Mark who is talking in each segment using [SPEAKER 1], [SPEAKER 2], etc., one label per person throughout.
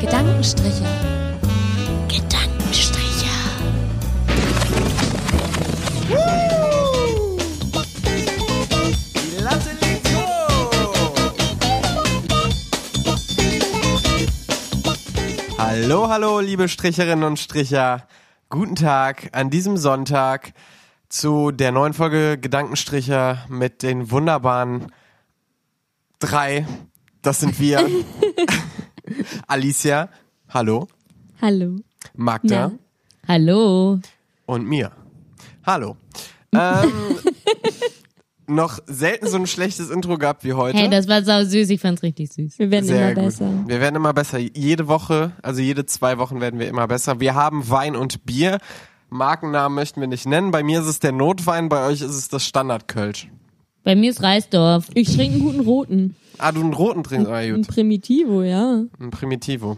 [SPEAKER 1] Gedankenstriche. Gedankenstriche.
[SPEAKER 2] Die Latte liegt hoch.
[SPEAKER 3] Hallo, hallo, liebe Stricherinnen und Stricher. Guten Tag an diesem Sonntag zu der neuen Folge Gedankenstricher mit den wunderbaren drei. Das sind wir. Alicia, hallo,
[SPEAKER 4] Hallo.
[SPEAKER 3] Magda
[SPEAKER 4] Hallo.
[SPEAKER 3] und mir. Hallo. Ähm, noch selten so ein schlechtes Intro gehabt wie heute.
[SPEAKER 4] Hey, das war sau süß. Ich fand's richtig süß.
[SPEAKER 5] Wir werden
[SPEAKER 3] Sehr
[SPEAKER 5] immer
[SPEAKER 3] gut.
[SPEAKER 5] besser.
[SPEAKER 3] Wir werden immer besser. Jede Woche, also jede zwei Wochen werden wir immer besser. Wir haben Wein und Bier. Markennamen möchten wir nicht nennen. Bei mir ist es der Notwein, bei euch ist es das Standardkölsch.
[SPEAKER 4] Bei mir ist Reisdorf.
[SPEAKER 5] Ich trinke einen guten roten.
[SPEAKER 3] Ah, du einen roten trinkst. Ah,
[SPEAKER 5] Ein
[SPEAKER 3] gut.
[SPEAKER 5] Primitivo, ja.
[SPEAKER 3] Ein Primitivo.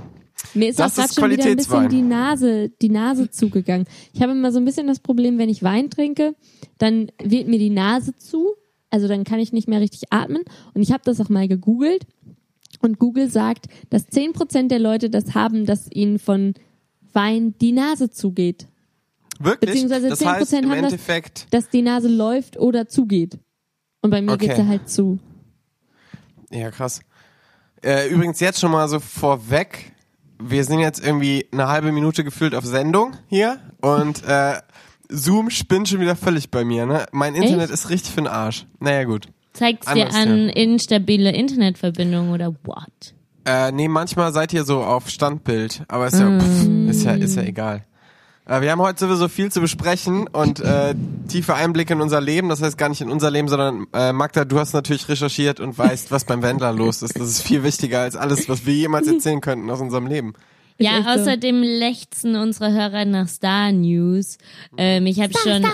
[SPEAKER 5] Mir ist
[SPEAKER 3] Das
[SPEAKER 5] auch gerade
[SPEAKER 3] ist
[SPEAKER 5] schon wieder ein bisschen
[SPEAKER 3] Qualitätswein.
[SPEAKER 5] die Nase, die Nase zugegangen. Ich habe immer so ein bisschen das Problem, wenn ich Wein trinke, dann wird mir die Nase zu. Also dann kann ich nicht mehr richtig atmen. Und ich habe das auch mal gegoogelt. Und Google sagt, dass 10% der Leute das haben, dass ihnen von Wein die Nase zugeht.
[SPEAKER 3] Wirklich?
[SPEAKER 5] Beziehungsweise
[SPEAKER 3] das heißt,
[SPEAKER 5] 10%
[SPEAKER 3] im
[SPEAKER 5] haben das-
[SPEAKER 3] Endeffekt,
[SPEAKER 5] Dass die Nase läuft oder zugeht. Und bei mir
[SPEAKER 3] Okay.
[SPEAKER 5] geht sie halt zu.
[SPEAKER 3] ja krass. Äh, übrigens jetzt schon mal so vorweg. Wir sind jetzt irgendwie eine halbe Minute gefühlt auf Sendung hier und äh, Zoom spinnt schon wieder völlig bei mir. Ne? Mein Internet
[SPEAKER 5] Echt?
[SPEAKER 3] ist richtig für den Arsch. Naja gut.
[SPEAKER 4] Zeigt's dir
[SPEAKER 3] Anders,
[SPEAKER 4] an instabile Internetverbindung oder what?
[SPEAKER 3] Äh, nee, manchmal seid ihr so auf Standbild, aber ist ja,
[SPEAKER 4] Mm.
[SPEAKER 3] pff, ist ja, ist ja egal. Äh, wir haben heute sowieso viel zu besprechen und äh, tiefe Einblicke in unser Leben. Das heißt gar nicht in unser Leben, sondern äh, Magda, du hast natürlich recherchiert und weißt, was beim Wendler los ist. Das ist viel wichtiger als alles, was wir jemals erzählen könnten aus unserem Leben.
[SPEAKER 4] Ja,
[SPEAKER 5] echt so.
[SPEAKER 4] außerdem lechzen unsere Hörer nach Star News. Ähm, ich habe schon,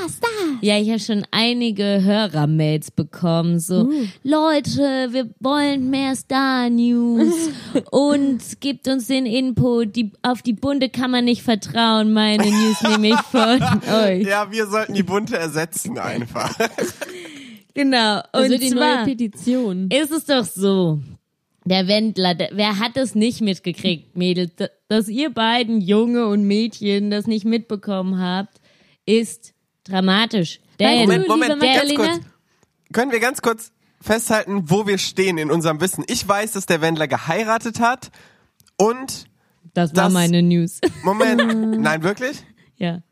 [SPEAKER 4] ja, ich habe schon einige Hörermails bekommen. So, Leute, wir wollen mehr Star News und gibt uns den Input. Die, auf die Bunde kann man nicht vertrauen. Meine News nehme ich von euch.
[SPEAKER 3] Ja, wir sollten die Bunte ersetzen einfach.
[SPEAKER 4] Genau. Und
[SPEAKER 5] Also die neue
[SPEAKER 4] zwar
[SPEAKER 5] Petition.
[SPEAKER 4] ist es doch so. Der Wendler, der, wer hat das nicht mitgekriegt, Mädels? D- Dass ihr beiden, Junge und Mädchen, das nicht mitbekommen habt, ist dramatisch. Denn
[SPEAKER 3] Moment, Moment,
[SPEAKER 5] liebe
[SPEAKER 3] ganz
[SPEAKER 5] Magdalena?
[SPEAKER 3] kurz. Können wir ganz kurz festhalten, wo wir stehen in unserem Wissen? Ich weiß, dass der Wendler geheiratet hat und
[SPEAKER 4] das war
[SPEAKER 3] das-
[SPEAKER 4] meine News. Hm.
[SPEAKER 3] Moment, nein, wirklich?
[SPEAKER 4] ja.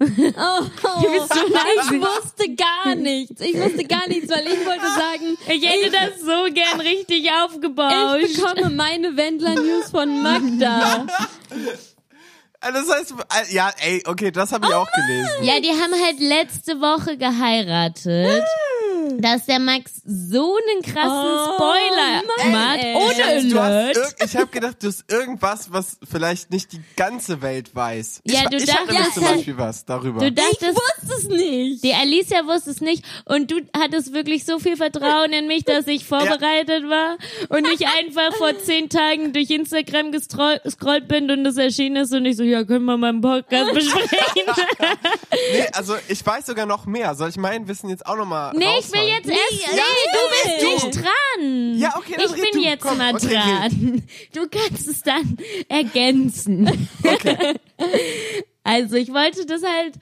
[SPEAKER 5] Du bist so ich wusste gar nichts. Ich wusste gar nichts, weil ich wollte sagen,
[SPEAKER 4] Ich hätte das so gern richtig aufgebaut.
[SPEAKER 5] ich bekomme meine Wendler-News von Magda.
[SPEAKER 3] Ah, Das heißt, ah, ja, ey, okay, das
[SPEAKER 4] Oh
[SPEAKER 3] habe ich auch gelesen.
[SPEAKER 4] Ja, die haben halt letzte Woche geheiratet. Dass der Max so einen krassen
[SPEAKER 5] Oh,
[SPEAKER 4] Spoiler
[SPEAKER 5] Mann,
[SPEAKER 4] macht,
[SPEAKER 5] ey.
[SPEAKER 4] ohne
[SPEAKER 3] Du hast
[SPEAKER 4] Alert.
[SPEAKER 3] irg- ich habe gedacht, du hast irgendwas, was vielleicht nicht die ganze Welt weiß.
[SPEAKER 4] Ja,
[SPEAKER 3] ich,
[SPEAKER 4] du
[SPEAKER 3] ich
[SPEAKER 4] dacht-
[SPEAKER 3] hatte nämlich
[SPEAKER 4] ja,
[SPEAKER 3] zum
[SPEAKER 4] ja.
[SPEAKER 3] Beispiel was darüber.
[SPEAKER 4] Du dachtest,
[SPEAKER 5] wusste es nicht.
[SPEAKER 4] Die Alicia wusste es nicht und du hattest wirklich so viel Vertrauen in mich, dass ich vorbereitet war und ich einfach vor zehn Tagen durch Instagram gestroll- gescrollt bin und es erschienen ist und ich so, ja, können wir mal einen Podcast besprechen.
[SPEAKER 3] nee, also ich weiß sogar noch mehr. Soll ich mein Wissen jetzt auch nochmal
[SPEAKER 4] nee, ich will jetzt erst,
[SPEAKER 3] Ja,
[SPEAKER 4] nee, du
[SPEAKER 3] nee.
[SPEAKER 4] bist nicht dran.
[SPEAKER 3] Ja, also okay, dann
[SPEAKER 4] Ich
[SPEAKER 3] red
[SPEAKER 4] bin
[SPEAKER 3] du.
[SPEAKER 4] jetzt
[SPEAKER 3] Komm,
[SPEAKER 4] mal
[SPEAKER 3] okay,
[SPEAKER 4] dran. Du kannst es dann ergänzen. Also ich wollte das halt,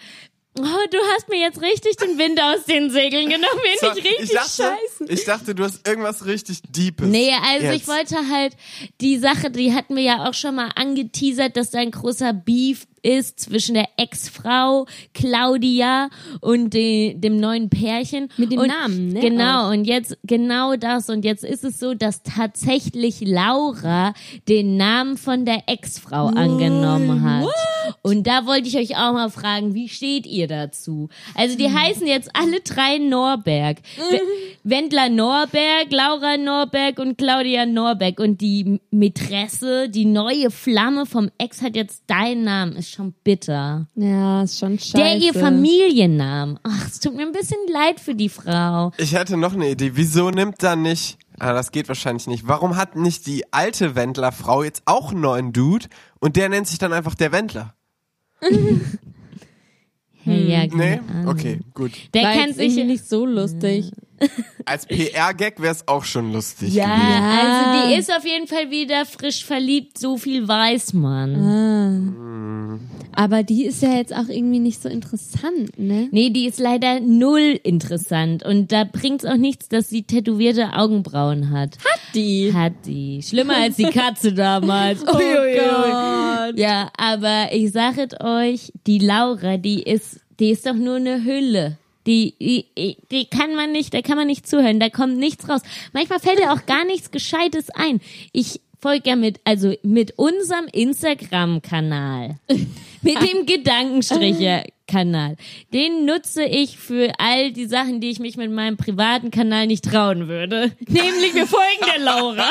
[SPEAKER 4] oh, du hast mir jetzt richtig den Wind aus den Segeln genommen,
[SPEAKER 3] So,
[SPEAKER 4] finde ich richtig
[SPEAKER 3] ich, dachte,
[SPEAKER 4] scheiße.
[SPEAKER 3] ich dachte, du hast irgendwas richtig Deepes.
[SPEAKER 4] Nee, also
[SPEAKER 3] jetzt.
[SPEAKER 4] ich wollte halt die Sache, die hatten wir ja auch schon mal angeteasert, dass da ein großer Beef ist zwischen der Ex-Frau Claudia und de, dem neuen Pärchen.
[SPEAKER 5] Mit dem
[SPEAKER 4] und,
[SPEAKER 5] Namen, ne?
[SPEAKER 4] Genau, und jetzt genau das. Und jetzt ist es so, dass tatsächlich Laura den Namen von der Ex-Frau angenommen hat. Und da wollte ich euch auch mal fragen, wie steht ihr dazu? Also
[SPEAKER 5] Hm.
[SPEAKER 4] die heißen jetzt alle drei Norberg. W- Wendler Norberg, Laura Norberg und Claudia Norberg. Und die Mätresse, die neue Flamme vom Ex hat jetzt deinen Namen. Ist schon bitter.
[SPEAKER 5] Ja, ist schon scheiße.
[SPEAKER 4] Der ihr Familiennamen. Ach, es tut mir ein bisschen leid für die Frau.
[SPEAKER 3] Ich hatte noch eine Idee. Wieso nimmt dann nicht, ah, das geht wahrscheinlich nicht. Warum hat nicht die alte Wendlerfrau jetzt auch einen neuen Dude und der nennt sich dann einfach der Wendler?
[SPEAKER 4] Hey, ja,
[SPEAKER 3] Nee?
[SPEAKER 4] keine Ahnung.
[SPEAKER 3] Okay, gut.
[SPEAKER 4] Der
[SPEAKER 5] War
[SPEAKER 4] kann
[SPEAKER 5] jetzt
[SPEAKER 4] sich.
[SPEAKER 5] irgendwie nicht so lustig.
[SPEAKER 3] Als PR-Gag wäre es auch schon lustig
[SPEAKER 4] Ja,
[SPEAKER 3] gewesen.
[SPEAKER 4] also die ist auf jeden Fall wieder frisch verliebt, so viel weiß man.
[SPEAKER 5] Aber die ist ja jetzt auch irgendwie nicht so interessant, ne?
[SPEAKER 4] Nee, die ist leider null interessant und da bringt's auch nichts, dass sie tätowierte Augenbrauen hat.
[SPEAKER 5] Die.
[SPEAKER 4] Hat die. Schlimmer als die Katze damals. Oh Gott. Ja, aber ich sage es euch, die Laura, die ist, die ist doch nur eine Hülle. Die, die, die kann man nicht, da kann man nicht zuhören, da kommt nichts raus. Manchmal fällt ja auch gar nichts Gescheites ein. Ich folge ja mit, also mit unserem Instagram-Kanal, mit dem Gedankenstriche-Kanal, den nutze ich für all die Sachen, die ich mich mit meinem privaten Kanal nicht trauen würde. Nämlich wir folgen der Laura.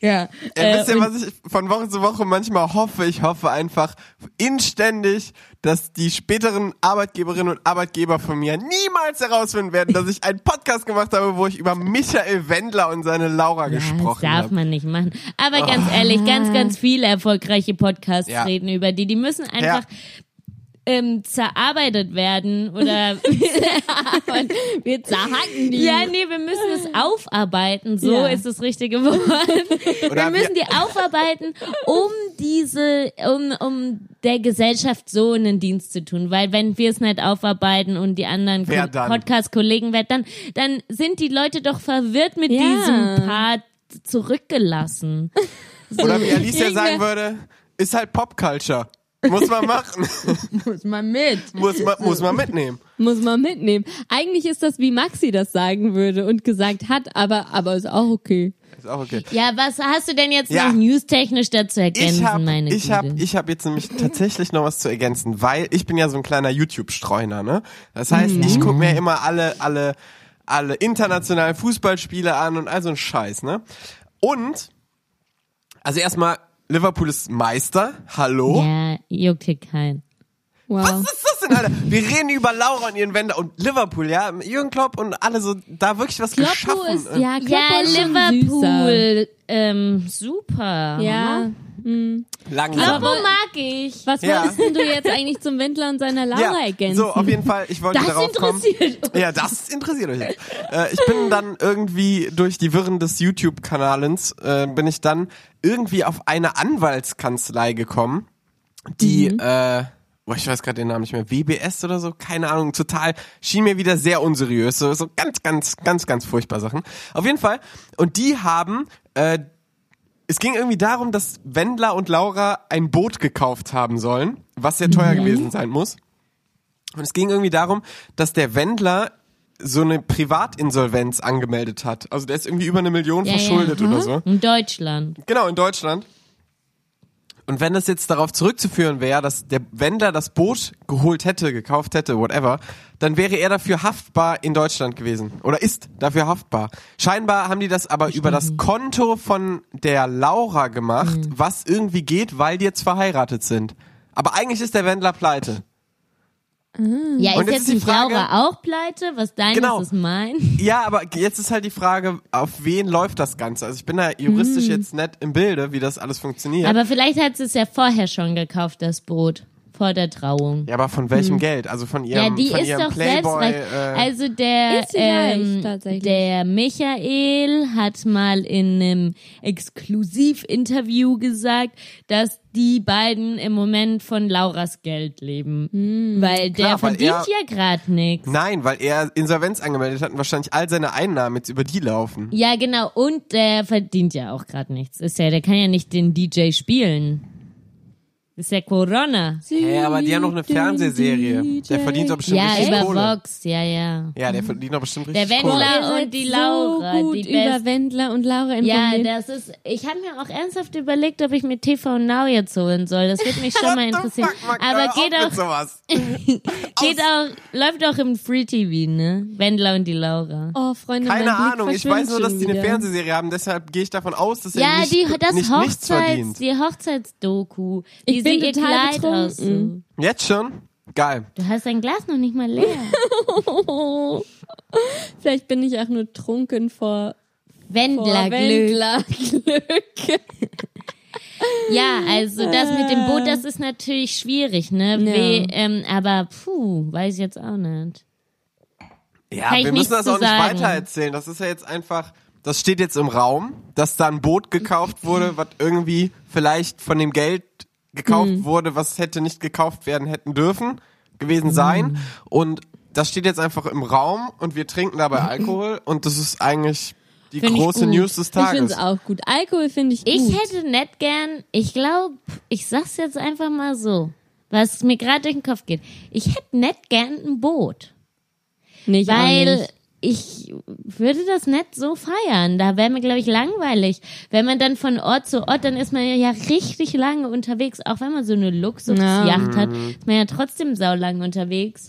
[SPEAKER 4] ja.
[SPEAKER 3] Äh, wisst ihr,
[SPEAKER 4] und-
[SPEAKER 3] was ich von Woche zu Woche manchmal hoffe? Ich hoffe einfach inständig, dass die späteren Arbeitgeberinnen und Arbeitgeber von mir niemals herausfinden werden, dass ich einen Podcast gemacht habe, wo ich über Michael Wendler und seine Laura gesprochen
[SPEAKER 4] Das darf
[SPEAKER 3] habe.
[SPEAKER 4] man nicht machen. Aber ganz ehrlich, ganz, ganz viele erfolgreiche Podcasts
[SPEAKER 3] Ja.
[SPEAKER 4] reden über die. Die müssen einfach ähm, zerarbeitet werden oder
[SPEAKER 5] Wir zerhacken die.
[SPEAKER 4] ja nee wir müssen es aufarbeiten so
[SPEAKER 5] Ja.
[SPEAKER 4] ist das richtige Wort wir
[SPEAKER 3] Oder
[SPEAKER 4] müssen die aufarbeiten um diese um um der Gesellschaft so einen Dienst zu tun weil wenn wir es nicht aufarbeiten und die anderen
[SPEAKER 3] Wer
[SPEAKER 4] Ko-
[SPEAKER 3] dann?
[SPEAKER 4] Podcast-Kollegen werden dann dann sind die Leute doch verwirrt mit
[SPEAKER 5] Ja.
[SPEAKER 4] diesem Part zurückgelassen
[SPEAKER 3] Oder wie Alicia
[SPEAKER 5] Irgendwer-
[SPEAKER 3] sagen würde, ist halt Popculture. Muss man machen.
[SPEAKER 5] Muss man mit.
[SPEAKER 3] muss, man, muss man mitnehmen.
[SPEAKER 5] Muss man mitnehmen. Eigentlich ist das, wie Maxi das sagen würde und gesagt hat, aber, aber ist auch okay.
[SPEAKER 3] Ist auch okay.
[SPEAKER 4] Ja, was hast du denn jetzt
[SPEAKER 3] Ja.
[SPEAKER 4] noch newstechnisch dazu ergänzen,
[SPEAKER 3] Ich habe
[SPEAKER 4] meine
[SPEAKER 3] ich
[SPEAKER 4] Güte?
[SPEAKER 3] hab, ich hab jetzt nämlich tatsächlich noch was zu ergänzen, weil ich bin ja so ein kleiner YouTube-Streuner, ne? Das heißt,
[SPEAKER 4] Mhm.
[SPEAKER 3] ich gucke mir immer alle, alle, alle internationalen Fußballspiele an und all so ein Scheiß, ne? Und, also erstmal, Liverpool ist Meister,
[SPEAKER 5] Oh.
[SPEAKER 3] hallo?
[SPEAKER 4] ja, juckt hier keinen.
[SPEAKER 5] Wow.
[SPEAKER 3] Was ist das denn, Alter? Wir reden über Laura und ihren Wender und Liverpool, ja? Jürgen Klopp und alle so, da wirklich was
[SPEAKER 5] Kloppo
[SPEAKER 3] geschaffen.
[SPEAKER 5] ist, ja, Kloppo
[SPEAKER 4] Ja,
[SPEAKER 5] Ah, ist schon Süßer.
[SPEAKER 4] Liverpool, ähm, super.
[SPEAKER 5] Ja.
[SPEAKER 3] Langsam.
[SPEAKER 4] Kloppo mag ich.
[SPEAKER 5] Was
[SPEAKER 3] Ja.
[SPEAKER 5] wolltest denn du jetzt eigentlich zum Wendler und seiner Laura ergänzen?
[SPEAKER 3] So, auf jeden Fall, ich wollte
[SPEAKER 4] Das
[SPEAKER 3] darauf kommen.
[SPEAKER 4] interessiert uns.
[SPEAKER 3] Ja, das interessiert euch jetzt. Äh, ich bin dann irgendwie durch die Wirren des YouTube-Kanalens, äh, bin ich dann irgendwie auf eine Anwaltskanzlei gekommen, die,
[SPEAKER 4] Mhm.
[SPEAKER 3] äh, boah, ich weiß gerade den Namen nicht mehr, WBS oder so, keine Ahnung, total, schien mir wieder sehr unseriös, so, so ganz, ganz, ganz, ganz furchtbar Sachen. Auf jeden Fall, und die haben, äh, es ging irgendwie darum, dass Wendler und Laura ein Boot gekauft haben sollen, was sehr teuer
[SPEAKER 4] Mhm.
[SPEAKER 3] gewesen sein muss. Und es ging irgendwie darum, dass der Wendler so eine Privatinsolvenz angemeldet hat. Also der ist irgendwie über eine Million
[SPEAKER 4] Ja, Mhm. ja.
[SPEAKER 3] verschuldet oder so.
[SPEAKER 4] In Deutschland.
[SPEAKER 3] Genau, in Deutschland. Und wenn das jetzt darauf zurückzuführen wäre, dass der Wendler das Boot geholt hätte, gekauft hätte, whatever, dann wäre er dafür haftbar in Deutschland gewesen. Oder ist dafür haftbar. Scheinbar haben die das aber über das Konto von der Laura gemacht, was irgendwie geht, weil die jetzt verheiratet sind. Aber eigentlich ist der Wendler pleite.
[SPEAKER 5] Hm.
[SPEAKER 4] Ja,
[SPEAKER 3] Und jetzt
[SPEAKER 4] ist jetzt
[SPEAKER 3] ist die
[SPEAKER 4] nicht
[SPEAKER 3] Frage-
[SPEAKER 4] Laura auch pleite? Was dein
[SPEAKER 3] Genau.
[SPEAKER 4] ist, ist mein.
[SPEAKER 3] Ja, aber jetzt ist halt die Frage, auf wen läuft das Ganze? Also ich bin da juristisch jetzt nicht im Bilde, wie das alles funktioniert.
[SPEAKER 4] Aber vielleicht hat sie es ja vorher schon gekauft, das Boot. Vor der Trauung.
[SPEAKER 3] ja, aber von welchem Geld? Also von ihrem,
[SPEAKER 4] Hm. Ja, die
[SPEAKER 3] von
[SPEAKER 4] ist
[SPEAKER 3] ihrem
[SPEAKER 4] doch
[SPEAKER 3] Playboy.
[SPEAKER 4] selbstreich.
[SPEAKER 3] äh,
[SPEAKER 4] also der,
[SPEAKER 5] Ist sie reich,
[SPEAKER 4] ähm,
[SPEAKER 5] tatsächlich.
[SPEAKER 4] der Michael hat mal in einem Exklusivinterview gesagt, dass die beiden im Moment von Lauras Geld leben.
[SPEAKER 5] Hm.
[SPEAKER 4] Weil der
[SPEAKER 3] Klar, weil
[SPEAKER 4] verdient
[SPEAKER 3] er-
[SPEAKER 4] ja gerade nichts.
[SPEAKER 3] Nein, weil er Insolvenz angemeldet hat und wahrscheinlich all seine Einnahmen jetzt über die laufen.
[SPEAKER 4] Ja, genau. Und der verdient ja auch gerade nichts. Ist ja, der kann ja nicht den DJ spielen. Ist ja Corona.
[SPEAKER 3] Hä, aber die haben noch eine Fernsehserie. Der verdient doch bestimmt
[SPEAKER 4] Ja,
[SPEAKER 3] richtig
[SPEAKER 4] über
[SPEAKER 3] Kohle.
[SPEAKER 4] Vox, ja, ja.
[SPEAKER 3] Ja, der verdient doch bestimmt
[SPEAKER 4] Der
[SPEAKER 3] richtig Kohle.
[SPEAKER 4] Wendler und die Laura,
[SPEAKER 5] so gut
[SPEAKER 4] die besten.
[SPEAKER 5] über Wendler und Laura
[SPEAKER 4] Ja,
[SPEAKER 5] informiert.
[SPEAKER 4] das ist. Ich habe mir auch ernsthaft überlegt, ob ich mir TV Now jetzt holen soll. Das würde mich schon mal
[SPEAKER 3] What the
[SPEAKER 4] interessieren.
[SPEAKER 3] fuck, Max, hör
[SPEAKER 4] Aber
[SPEAKER 3] auf
[SPEAKER 4] geht
[SPEAKER 3] mit
[SPEAKER 4] auch,
[SPEAKER 3] sowas.
[SPEAKER 4] geht auch, läuft auch im Free TV, ne? Wendler und die Laura.
[SPEAKER 5] oh, Freunde,
[SPEAKER 3] Keine
[SPEAKER 5] mein Blick
[SPEAKER 3] Ahnung, ich
[SPEAKER 5] verschwimmt
[SPEAKER 3] weiß nur, dass
[SPEAKER 5] schon
[SPEAKER 3] die eine
[SPEAKER 5] wieder.
[SPEAKER 3] Fernsehserie haben, deshalb gehe ich davon aus, dass er
[SPEAKER 4] ja,
[SPEAKER 3] nicht,
[SPEAKER 4] die
[SPEAKER 3] nicht,
[SPEAKER 4] das
[SPEAKER 3] nichts
[SPEAKER 4] Hochzeits,
[SPEAKER 3] verdient.
[SPEAKER 4] die Hochzeitsdoku.
[SPEAKER 5] Ich
[SPEAKER 4] Wie
[SPEAKER 5] bin
[SPEAKER 4] sieht ihr
[SPEAKER 5] total
[SPEAKER 4] Kleid
[SPEAKER 5] betrunken.
[SPEAKER 4] aus? so?
[SPEAKER 3] Jetzt schon? Geil.
[SPEAKER 4] Du hast dein Glas noch nicht mal leer.
[SPEAKER 5] Oh. Vielleicht bin ich auch nur trunken vor, vor
[SPEAKER 4] Wendler Glück.
[SPEAKER 5] Wendler Glück.
[SPEAKER 4] Ja, also das mit dem Boot, das ist natürlich schwierig, ne?
[SPEAKER 5] Ja.
[SPEAKER 4] We, ähm, aber puh, weiß ich jetzt auch nicht.
[SPEAKER 3] Ja,
[SPEAKER 4] Kann ich
[SPEAKER 3] wir müssen
[SPEAKER 4] nichts
[SPEAKER 3] das auch
[SPEAKER 4] zu
[SPEAKER 3] nicht
[SPEAKER 4] sagen.
[SPEAKER 3] weiter erzählen. Das ist ja jetzt einfach, das steht jetzt im Raum, dass da ein Boot gekauft wurde, was irgendwie vielleicht von dem Geld gekauft
[SPEAKER 4] Mhm.
[SPEAKER 3] wurde, was hätte nicht gekauft werden hätten dürfen, gewesen
[SPEAKER 4] Mhm.
[SPEAKER 3] sein. Und das steht jetzt einfach im Raum und wir trinken dabei Alkohol und das ist eigentlich die
[SPEAKER 4] Mhm. Find ich
[SPEAKER 3] große
[SPEAKER 4] gut.
[SPEAKER 3] News des
[SPEAKER 5] Ich finde
[SPEAKER 3] Tages.
[SPEAKER 5] es auch gut. Alkohol finde ich
[SPEAKER 4] Ich
[SPEAKER 5] gut.
[SPEAKER 4] hätte nicht gern, ich glaube, ich sag's jetzt einfach mal so, was mir gerade durch den Kopf geht. Ich hätte nicht gern ein Boot,
[SPEAKER 5] nicht, auch
[SPEAKER 4] weil
[SPEAKER 5] nicht.
[SPEAKER 4] ich würde das nicht so feiern. Da wäre mir, glaube ich, langweilig. Wenn man dann von Ort zu Ort, dann ist man ja richtig lange unterwegs. Auch wenn man so eine Luxusjacht hat, ist man ja trotzdem saulang unterwegs.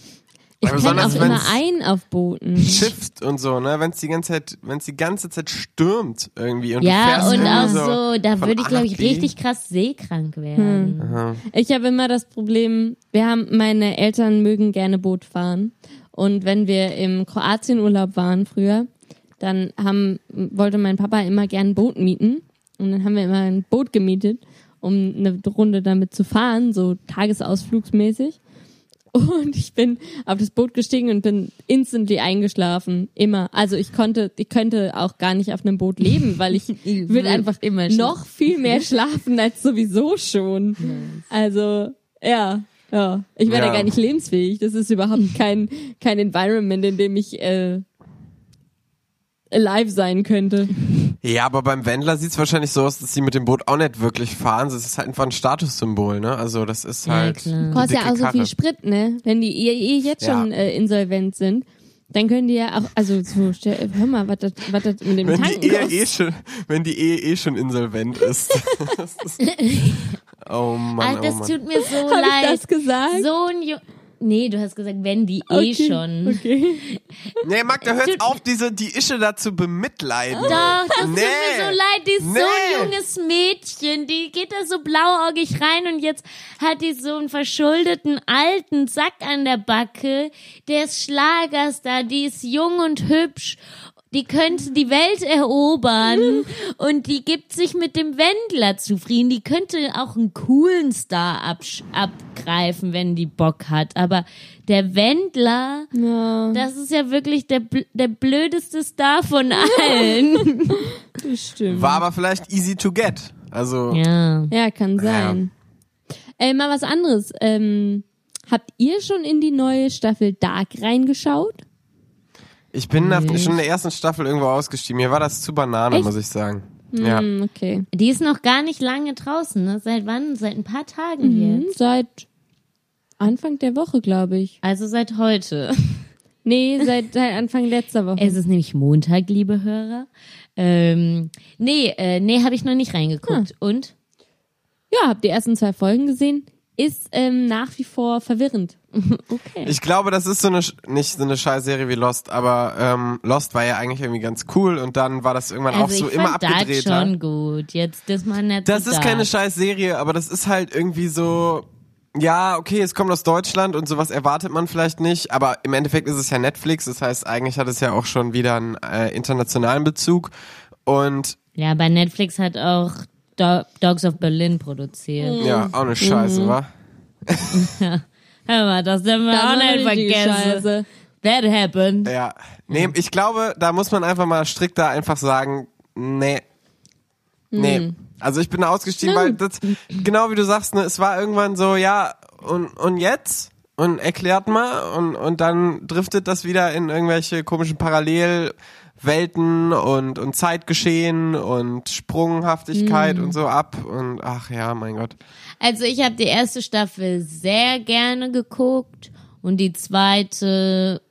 [SPEAKER 5] Ich
[SPEAKER 3] Aber
[SPEAKER 5] kann auch
[SPEAKER 3] besonders,
[SPEAKER 5] immer
[SPEAKER 3] wenn's-
[SPEAKER 5] ein auf Booten.
[SPEAKER 3] Shift und so, ne? Wenn es die ganze Zeit, wenn es die ganze Zeit stürmt irgendwie und du
[SPEAKER 4] Ja,
[SPEAKER 3] fährst
[SPEAKER 4] und
[SPEAKER 3] irgendwie
[SPEAKER 4] auch so, da
[SPEAKER 3] von
[SPEAKER 4] würde ich,
[SPEAKER 3] A
[SPEAKER 4] glaube
[SPEAKER 3] nach
[SPEAKER 4] ich,
[SPEAKER 3] B.
[SPEAKER 4] richtig krass seekrank werden.
[SPEAKER 5] Ich habe immer das Problem, wir haben, meine Eltern mögen gerne Boot fahren. Und wenn wir im Kroatienurlaub waren früher, dann haben, wollte mein Papa immer gerne ein Boot mieten. Und dann haben wir immer ein Boot gemietet, um eine Runde damit zu fahren, so tagesausflugsmäßig. Und ich bin auf das Boot gestiegen und bin instantly eingeschlafen. Immer. Also ich konnte, ich könnte auch gar nicht auf einem Boot leben, weil ich würde einfach
[SPEAKER 4] immer
[SPEAKER 5] noch viel mehr schlafen als sowieso schon. Also, ja. Ja, ich wäre
[SPEAKER 3] Ja.
[SPEAKER 5] da gar nicht lebensfähig. Das ist überhaupt kein, kein Environment, in dem ich äh, alive sein könnte.
[SPEAKER 3] Mhm. Ja, aber beim Wendler sieht's wahrscheinlich so aus, dass sie mit dem Boot auch nicht wirklich fahren. Es ist halt einfach ein Statussymbol, ne? Also das ist halt.
[SPEAKER 4] klar.
[SPEAKER 3] die
[SPEAKER 5] Kostet ja
[SPEAKER 3] dicke
[SPEAKER 5] auch so viel
[SPEAKER 3] Karre.
[SPEAKER 5] Sprit, ne? Wenn die eh, eh jetzt
[SPEAKER 3] Ja.
[SPEAKER 5] schon äh, insolvent sind, dann können die ja auch, also so, stell, hör mal, was das was das mit dem
[SPEAKER 3] Wenn
[SPEAKER 5] Tanken
[SPEAKER 3] die, Ehe
[SPEAKER 5] kostet.
[SPEAKER 3] eh schon, wenn die Ehe eh schon insolvent ist. Das ist- oh Mann,
[SPEAKER 4] Ach,
[SPEAKER 3] oh
[SPEAKER 4] Ah, das
[SPEAKER 3] Mann.
[SPEAKER 4] tut mir so
[SPEAKER 5] Hab ich
[SPEAKER 4] leid.
[SPEAKER 5] das gesagt?
[SPEAKER 4] So ein Ju Nee, du hast gesagt, wenn die eh
[SPEAKER 5] Okay,
[SPEAKER 4] schon.
[SPEAKER 5] Okay.
[SPEAKER 3] Nee, Magda, hört
[SPEAKER 4] tut-
[SPEAKER 3] auf, diese, die Ische dazu bemitleiden.
[SPEAKER 5] Oh.
[SPEAKER 4] Doch, das
[SPEAKER 3] Nee.
[SPEAKER 4] tut mir so leid. Die ist so ein
[SPEAKER 3] Nee.
[SPEAKER 4] junges Mädchen. Die geht da so blauäugig rein und jetzt hat die so einen verschuldeten alten Sack an der Backe. Der ist Schlagerstar. Die ist jung und hübsch. Die könnte die Welt erobern und die gibt sich mit dem Wendler zufrieden. Die könnte auch einen coolen Star absch- abgreifen, wenn die Bock hat. Aber der Wendler,
[SPEAKER 5] Ja,
[SPEAKER 4] das ist ja wirklich der, bl- der blödeste Star von allen.
[SPEAKER 5] das stimmt.
[SPEAKER 3] War aber vielleicht easy to get. Also,
[SPEAKER 4] ja.
[SPEAKER 5] Ja, kann sein. Äh, mal was anderes. Ähm, habt ihr schon in die neue Staffel Dark reingeschaut?
[SPEAKER 3] ich bin nach, schon in der ersten Staffel irgendwo ausgestiegen. Mir war das zu Banane,
[SPEAKER 5] Echt?
[SPEAKER 3] muss ich sagen. Ja.
[SPEAKER 5] Hm, okay.
[SPEAKER 4] Die ist noch gar nicht lange draußen, ne? Seit wann? Seit ein paar Tagen
[SPEAKER 3] Mhm.
[SPEAKER 5] Hm,
[SPEAKER 4] jetzt.
[SPEAKER 5] seit Anfang der Woche, glaube ich.
[SPEAKER 4] Also seit heute.
[SPEAKER 5] Nee, seit, seit Anfang letzter Woche.
[SPEAKER 4] Es ist nämlich Montag, liebe Hörer. Ähm, nee, äh, nee, habe ich noch nicht reingeguckt.
[SPEAKER 3] Hm.
[SPEAKER 4] Und?
[SPEAKER 5] ja, habt die ersten zwei Folgen gesehen. Ist ähm, nach wie vor verwirrend.
[SPEAKER 4] Okay.
[SPEAKER 3] Ich glaube, das ist so eine Sch- nicht so eine Scheißserie wie Lost, aber ähm, Lost war ja eigentlich irgendwie ganz cool und dann war das irgendwann auch
[SPEAKER 4] also
[SPEAKER 3] so
[SPEAKER 4] ich
[SPEAKER 3] immer
[SPEAKER 4] fand Dark
[SPEAKER 3] abgedreht. ne?
[SPEAKER 4] schon gut. Jetzt das mal nicht
[SPEAKER 3] Das
[SPEAKER 4] zu
[SPEAKER 3] ist keine
[SPEAKER 4] Dark.
[SPEAKER 3] Scheißserie, aber das ist halt irgendwie so. Ja, okay, es kommt aus Deutschland und sowas erwartet man vielleicht nicht, aber im Endeffekt ist es ja Netflix, das heißt, eigentlich hat es ja auch schon wieder einen äh, internationalen Bezug und
[SPEAKER 4] Ja, aber Netflix hat auch Do Dogs of Berlin produziert.
[SPEAKER 3] ja, auch eine Scheiße,
[SPEAKER 4] Mhm.
[SPEAKER 3] wa?
[SPEAKER 4] Hör mal, das dürfen wir
[SPEAKER 5] Das
[SPEAKER 4] auch
[SPEAKER 5] war
[SPEAKER 4] nicht
[SPEAKER 5] eine richtige
[SPEAKER 4] vergessen.
[SPEAKER 5] Scheiße.
[SPEAKER 4] That happened.
[SPEAKER 3] Ja. Nee, ich glaube, da muss man einfach mal strikt da einfach sagen, nee. Nee. Also ich bin da ausgestiegen, weil das, genau wie du sagst, ne, es war irgendwann so, ja, und, und jetzt? Und erklärt mal und, und dann driftet das wieder in irgendwelche komischen Parallelwelten und, und Zeitgeschehen und Sprunghaftigkeit und so ab und ach ja, mein Gott.
[SPEAKER 4] Also ich habe die erste Staffel sehr gerne geguckt und die zweite,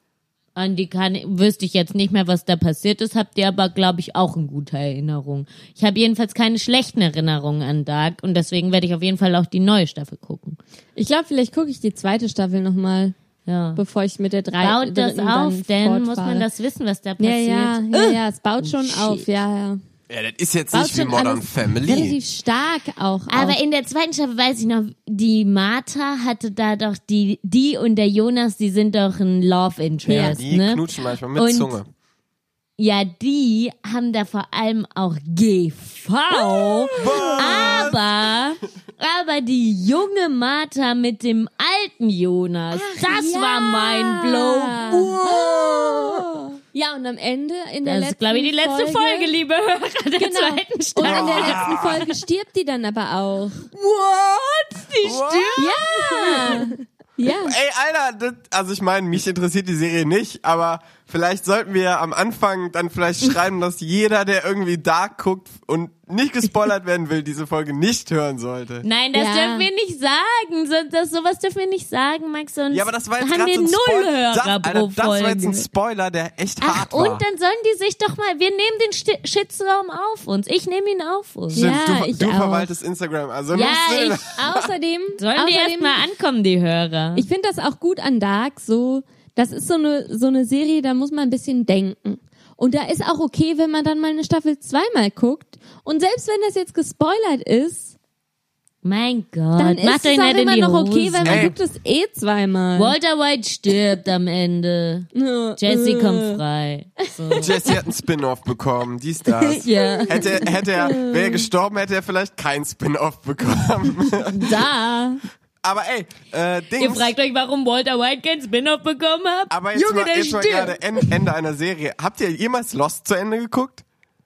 [SPEAKER 4] an die kann wüsste ich jetzt nicht mehr, was da passiert ist, habt ihr aber glaube ich auch in guter Erinnerung. Ich habe jedenfalls keine schlechten Erinnerungen an Dark und deswegen werde ich auf jeden Fall auch die neue Staffel gucken.
[SPEAKER 5] Ich glaube, vielleicht gucke ich die zweite Staffel nochmal,
[SPEAKER 4] Ja.
[SPEAKER 5] bevor ich mit der drei,
[SPEAKER 4] Baut das
[SPEAKER 5] dritten
[SPEAKER 4] auf,
[SPEAKER 5] dann
[SPEAKER 4] denn muss
[SPEAKER 5] fortfahre.
[SPEAKER 4] man das wissen, was da
[SPEAKER 5] Ja,
[SPEAKER 4] passiert.
[SPEAKER 5] ja, ja, ja, es baut schon
[SPEAKER 4] Oh, shit.
[SPEAKER 5] auf, ja, ja.
[SPEAKER 3] Ja, das ist jetzt
[SPEAKER 5] Baut
[SPEAKER 3] nicht wie
[SPEAKER 5] schon
[SPEAKER 3] Modern
[SPEAKER 5] alles
[SPEAKER 3] Family.
[SPEAKER 5] Relativ stark auch.
[SPEAKER 4] Aber
[SPEAKER 5] auf.
[SPEAKER 4] in der zweiten Staffel weiß ich noch, die Martha hatte da doch die, die und der Jonas, die sind doch ein Love Interest,
[SPEAKER 3] Die
[SPEAKER 4] ne?
[SPEAKER 3] knutschen manchmal mit
[SPEAKER 4] Und-
[SPEAKER 3] Zunge.
[SPEAKER 4] Ja, die haben da vor allem auch GV. Ah, aber, aber die junge Martha mit dem alten Jonas. das
[SPEAKER 5] ja. Uh,
[SPEAKER 4] war mein Blow.
[SPEAKER 5] Ja, und am Ende in der
[SPEAKER 4] Das
[SPEAKER 5] letzten
[SPEAKER 4] ist, glaube ich, die letzte Folge, liebe Hörer der
[SPEAKER 5] Genau.
[SPEAKER 4] zweiten
[SPEAKER 5] Und
[SPEAKER 4] Staffel.
[SPEAKER 5] in der letzten Folge stirbt die dann aber auch.
[SPEAKER 4] What? Die
[SPEAKER 5] Ja!
[SPEAKER 4] stirbt?
[SPEAKER 5] Ja.
[SPEAKER 3] Ey, Alter, das, also ich meine, mich interessiert die Serie nicht, aber vielleicht sollten wir am Anfang dann vielleicht schreiben, dass jeder, der irgendwie Dark guckt und nicht gespoilert werden will, diese Folge nicht hören sollte.
[SPEAKER 4] Nein, das
[SPEAKER 5] Ja.
[SPEAKER 4] dürfen wir nicht sagen. So, das, sowas dürfen wir nicht sagen, Max. Sonst
[SPEAKER 3] Ja, aber das war jetzt
[SPEAKER 4] haben
[SPEAKER 3] gerade
[SPEAKER 4] wir
[SPEAKER 3] so ein
[SPEAKER 4] null
[SPEAKER 3] Spoiler.
[SPEAKER 4] Hörer
[SPEAKER 3] Das, Alter,
[SPEAKER 4] pro
[SPEAKER 3] das war
[SPEAKER 4] Folge.
[SPEAKER 3] jetzt ein Spoiler, der echt
[SPEAKER 4] Ach,
[SPEAKER 3] hart war.
[SPEAKER 4] und dann sollen die sich doch mal, wir nehmen den Sti- Shitstorm auf uns. Ich nehme ihn auf uns.
[SPEAKER 5] Ja,
[SPEAKER 3] Stimmt, du,
[SPEAKER 5] ich
[SPEAKER 3] du
[SPEAKER 5] auch.
[SPEAKER 3] verwaltest Instagram, also
[SPEAKER 4] Ja,
[SPEAKER 3] nimmst du-
[SPEAKER 4] ich
[SPEAKER 5] Außerdem,
[SPEAKER 4] sollen die
[SPEAKER 5] außerdem
[SPEAKER 4] erstmal ankommen, die Hörer.
[SPEAKER 5] ich finde das auch gut an Dark, so, das ist so eine, so eine Serie, da muss man ein bisschen denken. Und da ist auch okay, wenn man dann mal eine Staffel zweimal guckt. Und selbst wenn das jetzt gespoilert ist,
[SPEAKER 4] mein Gott,
[SPEAKER 5] dann
[SPEAKER 4] Oh, macht
[SPEAKER 5] ist es
[SPEAKER 4] euch
[SPEAKER 5] auch
[SPEAKER 4] nicht in
[SPEAKER 5] immer
[SPEAKER 4] die
[SPEAKER 5] noch okay,
[SPEAKER 4] Hose.
[SPEAKER 5] weil man
[SPEAKER 3] Ey.
[SPEAKER 5] guckt es eh zweimal.
[SPEAKER 4] Walter White stirbt am Ende. Jesse kommt frei. So.
[SPEAKER 3] Jesse hat einen Spin-off bekommen, dies, das.
[SPEAKER 4] ja.
[SPEAKER 3] Hätte, hätte er, wäre er gestorben, hätte er vielleicht keinen Spin-off bekommen.
[SPEAKER 5] Da.
[SPEAKER 3] Aber ey, äh, Dings.
[SPEAKER 4] Ihr fragt euch, warum Walter White kein Spin-off bekommen hat?
[SPEAKER 3] aber jetzt
[SPEAKER 4] Junge,
[SPEAKER 3] mal,
[SPEAKER 4] der
[SPEAKER 3] jetzt mal
[SPEAKER 4] stirbt.
[SPEAKER 3] gerade en- Ende einer Serie. Habt ihr jemals Lost zu Ende geguckt?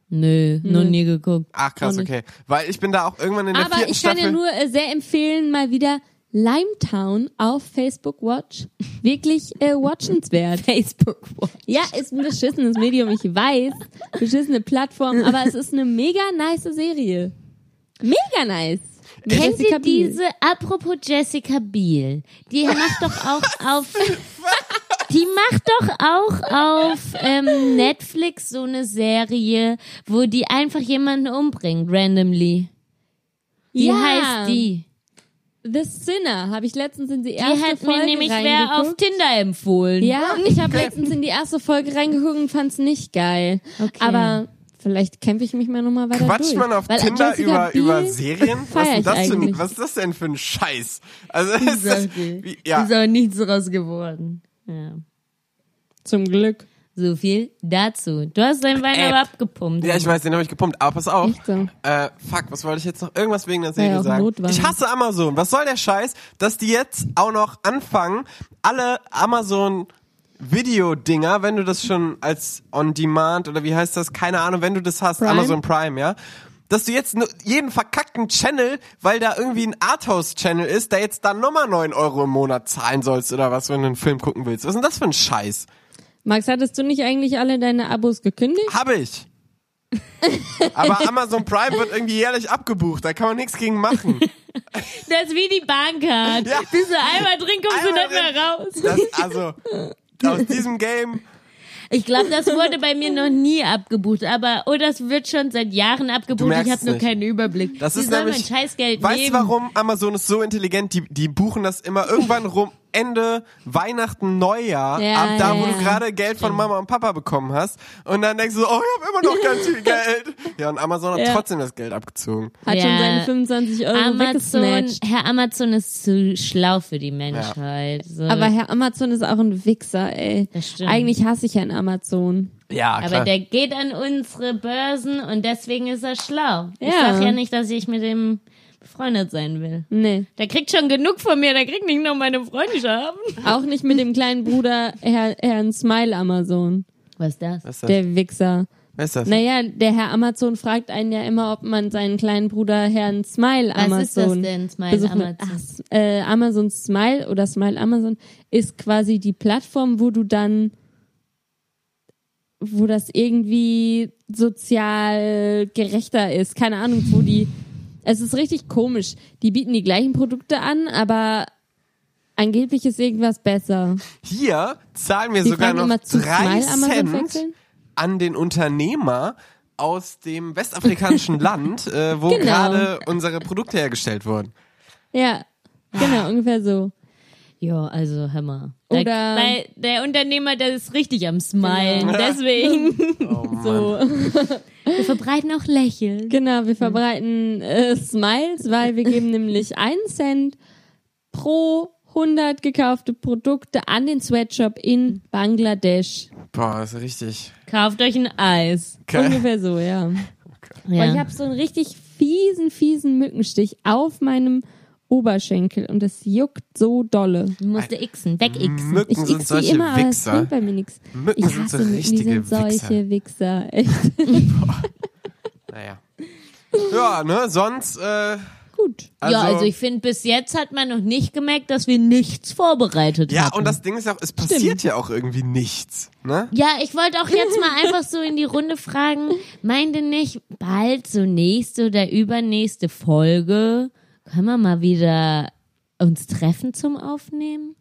[SPEAKER 4] Nö, noch nie geguckt.
[SPEAKER 3] Ach krass,
[SPEAKER 5] Auch nicht.
[SPEAKER 3] okay. Weil ich bin da auch irgendwann in der
[SPEAKER 5] Aber
[SPEAKER 3] vierten
[SPEAKER 5] ich kann
[SPEAKER 3] Staffel.
[SPEAKER 5] ja nur äh, sehr empfehlen, mal wieder Limetown auf Facebook Watch. Wirklich äh, watchenswert.
[SPEAKER 4] Facebook.
[SPEAKER 5] Ja, ist ein beschissenes Medium, ich weiß. Beschissene Plattform, aber es ist eine mega nice Serie. Mega nice. Mit
[SPEAKER 4] Kennt
[SPEAKER 5] Jessica
[SPEAKER 4] ihr
[SPEAKER 5] Biel.
[SPEAKER 4] diese, apropos Jessica Biel, die macht doch auch auf, die macht doch auch auf ähm, Netflix so eine Serie, wo die einfach jemanden umbringt, randomly. Wie
[SPEAKER 5] Ja.
[SPEAKER 4] heißt die?
[SPEAKER 5] The Sinner habe ich letztens in die
[SPEAKER 4] Die
[SPEAKER 5] erste
[SPEAKER 4] hat
[SPEAKER 5] Folge
[SPEAKER 4] mir nämlich wer auf Oh,
[SPEAKER 5] reingeguckt.
[SPEAKER 4] Tinder empfohlen.
[SPEAKER 5] Ja, ich habe letztens in die erste Folge reingeguckt und fand's nicht geil.
[SPEAKER 4] Okay.
[SPEAKER 5] Aber vielleicht kämpfe ich mich mal nochmal weiter
[SPEAKER 3] Quatscht
[SPEAKER 5] durch.
[SPEAKER 3] man auf
[SPEAKER 5] Weil an
[SPEAKER 3] Tinder
[SPEAKER 5] Jessica
[SPEAKER 3] über,
[SPEAKER 5] Biel
[SPEAKER 3] über Serien? Was,
[SPEAKER 5] feier
[SPEAKER 3] ist
[SPEAKER 5] ich
[SPEAKER 3] das für, ein-
[SPEAKER 5] eigentlich.
[SPEAKER 3] was ist das denn für ein Scheiß? Also ist das, wie, ja,
[SPEAKER 4] Ist auch nichts draus geworden. Ja.
[SPEAKER 5] Zum Glück.
[SPEAKER 4] So viel dazu. Du hast deinen Wein
[SPEAKER 3] Äh,
[SPEAKER 4] aber abgepumpt.
[SPEAKER 3] ja, ich weiß, den habe ich gepumpt. Aber pass auf.
[SPEAKER 5] Echt so.
[SPEAKER 3] Äh, fuck, was wollte ich jetzt noch? Irgendwas wegen der
[SPEAKER 5] ja
[SPEAKER 3] Serie
[SPEAKER 5] auch
[SPEAKER 3] sagen.
[SPEAKER 5] Notwein.
[SPEAKER 3] Ich hasse Amazon. Was soll der Scheiß, dass die jetzt auch noch anfangen, alle Amazon Video-Dinger, wenn du das schon als On-Demand oder wie heißt das, keine Ahnung, wenn du das hast,
[SPEAKER 5] Prime?
[SPEAKER 3] Amazon Prime, ja? Dass du jetzt nur jeden verkackten Channel, weil da irgendwie ein Arthouse-Channel ist, der jetzt dann nochmal 9 Euro im Monat zahlen sollst oder was, wenn du einen Film gucken willst. Was ist denn das für ein Scheiß?
[SPEAKER 5] Max, hattest du nicht eigentlich alle deine Abos gekündigt?
[SPEAKER 3] Habe ich. Aber Amazon Prime wird irgendwie jährlich abgebucht. Da kann man nichts gegen machen.
[SPEAKER 4] Das ist wie die Bahncard.
[SPEAKER 3] Ja.
[SPEAKER 4] Bist du einmal drin, kommst du
[SPEAKER 3] Einmal
[SPEAKER 4] nicht mehr raus.
[SPEAKER 3] Das, also, aus diesem Game.
[SPEAKER 4] Ich glaube, das wurde bei mir noch nie abgebucht, aber oh, das wird schon seit Jahren abgebucht.
[SPEAKER 3] merkst
[SPEAKER 4] Ich
[SPEAKER 3] es
[SPEAKER 4] habe nur
[SPEAKER 3] nicht.
[SPEAKER 4] keinen Überblick.
[SPEAKER 3] Das
[SPEAKER 4] Wie
[SPEAKER 3] ist
[SPEAKER 4] soll
[SPEAKER 3] nämlich.
[SPEAKER 4] mein Scheißgeld
[SPEAKER 3] weißt
[SPEAKER 4] nehmen?
[SPEAKER 3] du, warum Amazon ist so intelligent? Die, die buchen das immer irgendwann rum Ende Weihnachten, Neujahr,
[SPEAKER 5] Ja,
[SPEAKER 3] ab da,
[SPEAKER 5] ja,
[SPEAKER 3] wo
[SPEAKER 5] ja.
[SPEAKER 3] du gerade Geld von Mama und Papa bekommen hast. Und dann denkst du so, oh, ich habe immer noch ganz viel Geld. Ja, und Amazon hat
[SPEAKER 5] Ja.
[SPEAKER 3] trotzdem das Geld abgezogen.
[SPEAKER 5] Hat
[SPEAKER 4] Ja.
[SPEAKER 5] schon seine 25 Euro
[SPEAKER 4] Amazon,
[SPEAKER 5] weggesnatcht.
[SPEAKER 4] Herr Amazon ist zu schlau für die Menschheit. So.
[SPEAKER 5] Aber Herr Amazon ist auch ein Wichser, ey.
[SPEAKER 4] Das stimmt.
[SPEAKER 5] Eigentlich hasse ich Herrn Amazon.
[SPEAKER 3] Ja,
[SPEAKER 4] aber der geht an unsere Börsen und deswegen ist er schlau. Ich
[SPEAKER 5] Ja.
[SPEAKER 4] sag ja nicht, dass ich mit dem befreundet sein will.
[SPEAKER 5] Nee.
[SPEAKER 4] Der kriegt schon genug von mir, der kriegt nicht noch meine Freundschaft.
[SPEAKER 5] Auch nicht mit dem kleinen Bruder Herr, Herrn Smile Amazon.
[SPEAKER 4] Was ist das?
[SPEAKER 3] Was ist das?
[SPEAKER 5] Der Wichser.
[SPEAKER 3] Was ist das?
[SPEAKER 5] Naja, der Herr Amazon fragt einen ja immer, ob man seinen kleinen Bruder Herrn Smile
[SPEAKER 4] Was
[SPEAKER 5] Amazon.
[SPEAKER 4] ist das denn, Smile
[SPEAKER 5] besuchen will.
[SPEAKER 4] Amazon?
[SPEAKER 5] Ach, S- äh, Amazon Smile oder Smile Amazon ist quasi die Plattform, wo du dann, wo das irgendwie sozial gerechter ist. Keine Ahnung, wo die. Es ist richtig komisch. Die bieten die gleichen Produkte an, aber angeblich ist irgendwas besser.
[SPEAKER 3] Hier zahlen wir
[SPEAKER 5] Die
[SPEAKER 3] sogar
[SPEAKER 5] fragen
[SPEAKER 3] noch
[SPEAKER 5] immer zu
[SPEAKER 3] drei
[SPEAKER 5] Smile Amazon
[SPEAKER 3] Cent
[SPEAKER 5] wechseln.
[SPEAKER 3] an den Unternehmer aus dem westafrikanischen Land, äh, wo
[SPEAKER 5] Genau.
[SPEAKER 3] gerade unsere Produkte hergestellt wurden.
[SPEAKER 5] Ja, genau, ungefäör so.
[SPEAKER 4] Ja, also Hammer.
[SPEAKER 5] Oder-
[SPEAKER 4] der, weil der Unternehmer, der ist richtig am Smilen. Deswegen.
[SPEAKER 3] Oh
[SPEAKER 5] So.
[SPEAKER 4] Wir verbreiten auch Lächeln.
[SPEAKER 5] Genau, wir verbreiten äh, Smiles, weil wir geben nämlich einen Cent pro 100 gekaufte Produkte an den Sweatshop
[SPEAKER 3] Mhm.
[SPEAKER 5] in Bangladesch.
[SPEAKER 3] Boah, ist richtig.
[SPEAKER 4] Kauft euch ein Eis.
[SPEAKER 3] Okay.
[SPEAKER 5] Ungefähr so, ja.
[SPEAKER 4] Ja.
[SPEAKER 5] Weil ich habe so einen richtig fiesen, fiesen Mückenstich auf meinem Oberschenkel und das juckt so dolle.
[SPEAKER 4] musste xen, weg xen.
[SPEAKER 3] Mücken
[SPEAKER 5] Ich
[SPEAKER 3] sind
[SPEAKER 5] x die
[SPEAKER 3] solche
[SPEAKER 5] immer, aber es
[SPEAKER 3] Wichser.
[SPEAKER 5] bringt bei mir nichts.
[SPEAKER 3] Mücken
[SPEAKER 5] Ich
[SPEAKER 3] sind so
[SPEAKER 5] hasse Mücken, die
[SPEAKER 3] richtige
[SPEAKER 5] sind solche Wichser. Echt
[SPEAKER 3] Naja. Ja, ne, sonst, äh,
[SPEAKER 5] gut.
[SPEAKER 3] also,
[SPEAKER 4] ja, also ich finde, bis jetzt hat man noch nicht gemerkt, dass wir nichts vorbereitet
[SPEAKER 3] ja,
[SPEAKER 4] hatten.
[SPEAKER 3] und das Ding ist ja auch, es passiert ja auch irgendwie nichts, ne?
[SPEAKER 4] ja, ich wollte auch jetzt mal einfach so in die Runde fragen, meint ihr nicht, bald so nächste oder übernächste Folge können wir mal wieder uns treffen zum Aufnehmen?